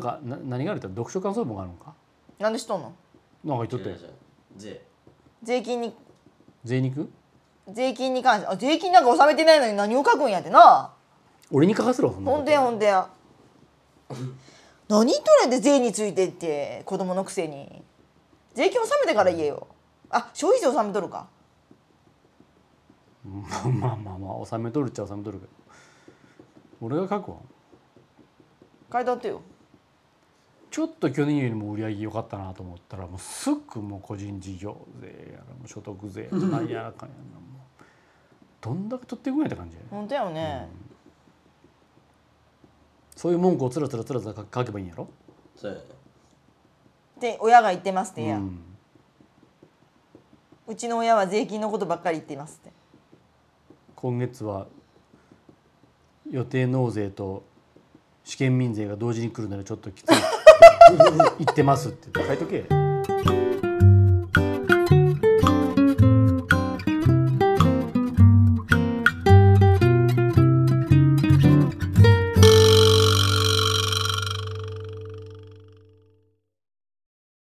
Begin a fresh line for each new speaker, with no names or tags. かな何があるって読書感想文があるのか
なんでしとんの
なんか言っとったよ
じ
税金に
贅肉
税金に関してあ税金なんか納めてないのに何を書くんやってな
俺に書かせろそんなこ
ほ
と
んとやほんとや何言っとるんやで税についてって子供のくせに税金納めてから言えよあ消費税納めとるか
まあまあまあ収めとるっちゃ収めとるけど俺が書くわ
書いてあってよ
ちょっと去年よりも売り上げ良かったなと思ったらもうすぐもう個人事業税やらもう所得税やら何やらかんやらもうどんだけ取っていくんやって感じやね
ほんとやよね、
そういう文句をつらつらつらつら書書けばいいんやろ、
そうやね
で親が言ってますって
う、
や、うんちの親は税金のことばっかり言っていますって
今月は予定納税と試験民税が同時に来るならちょっときつい言ってますって書いとけ。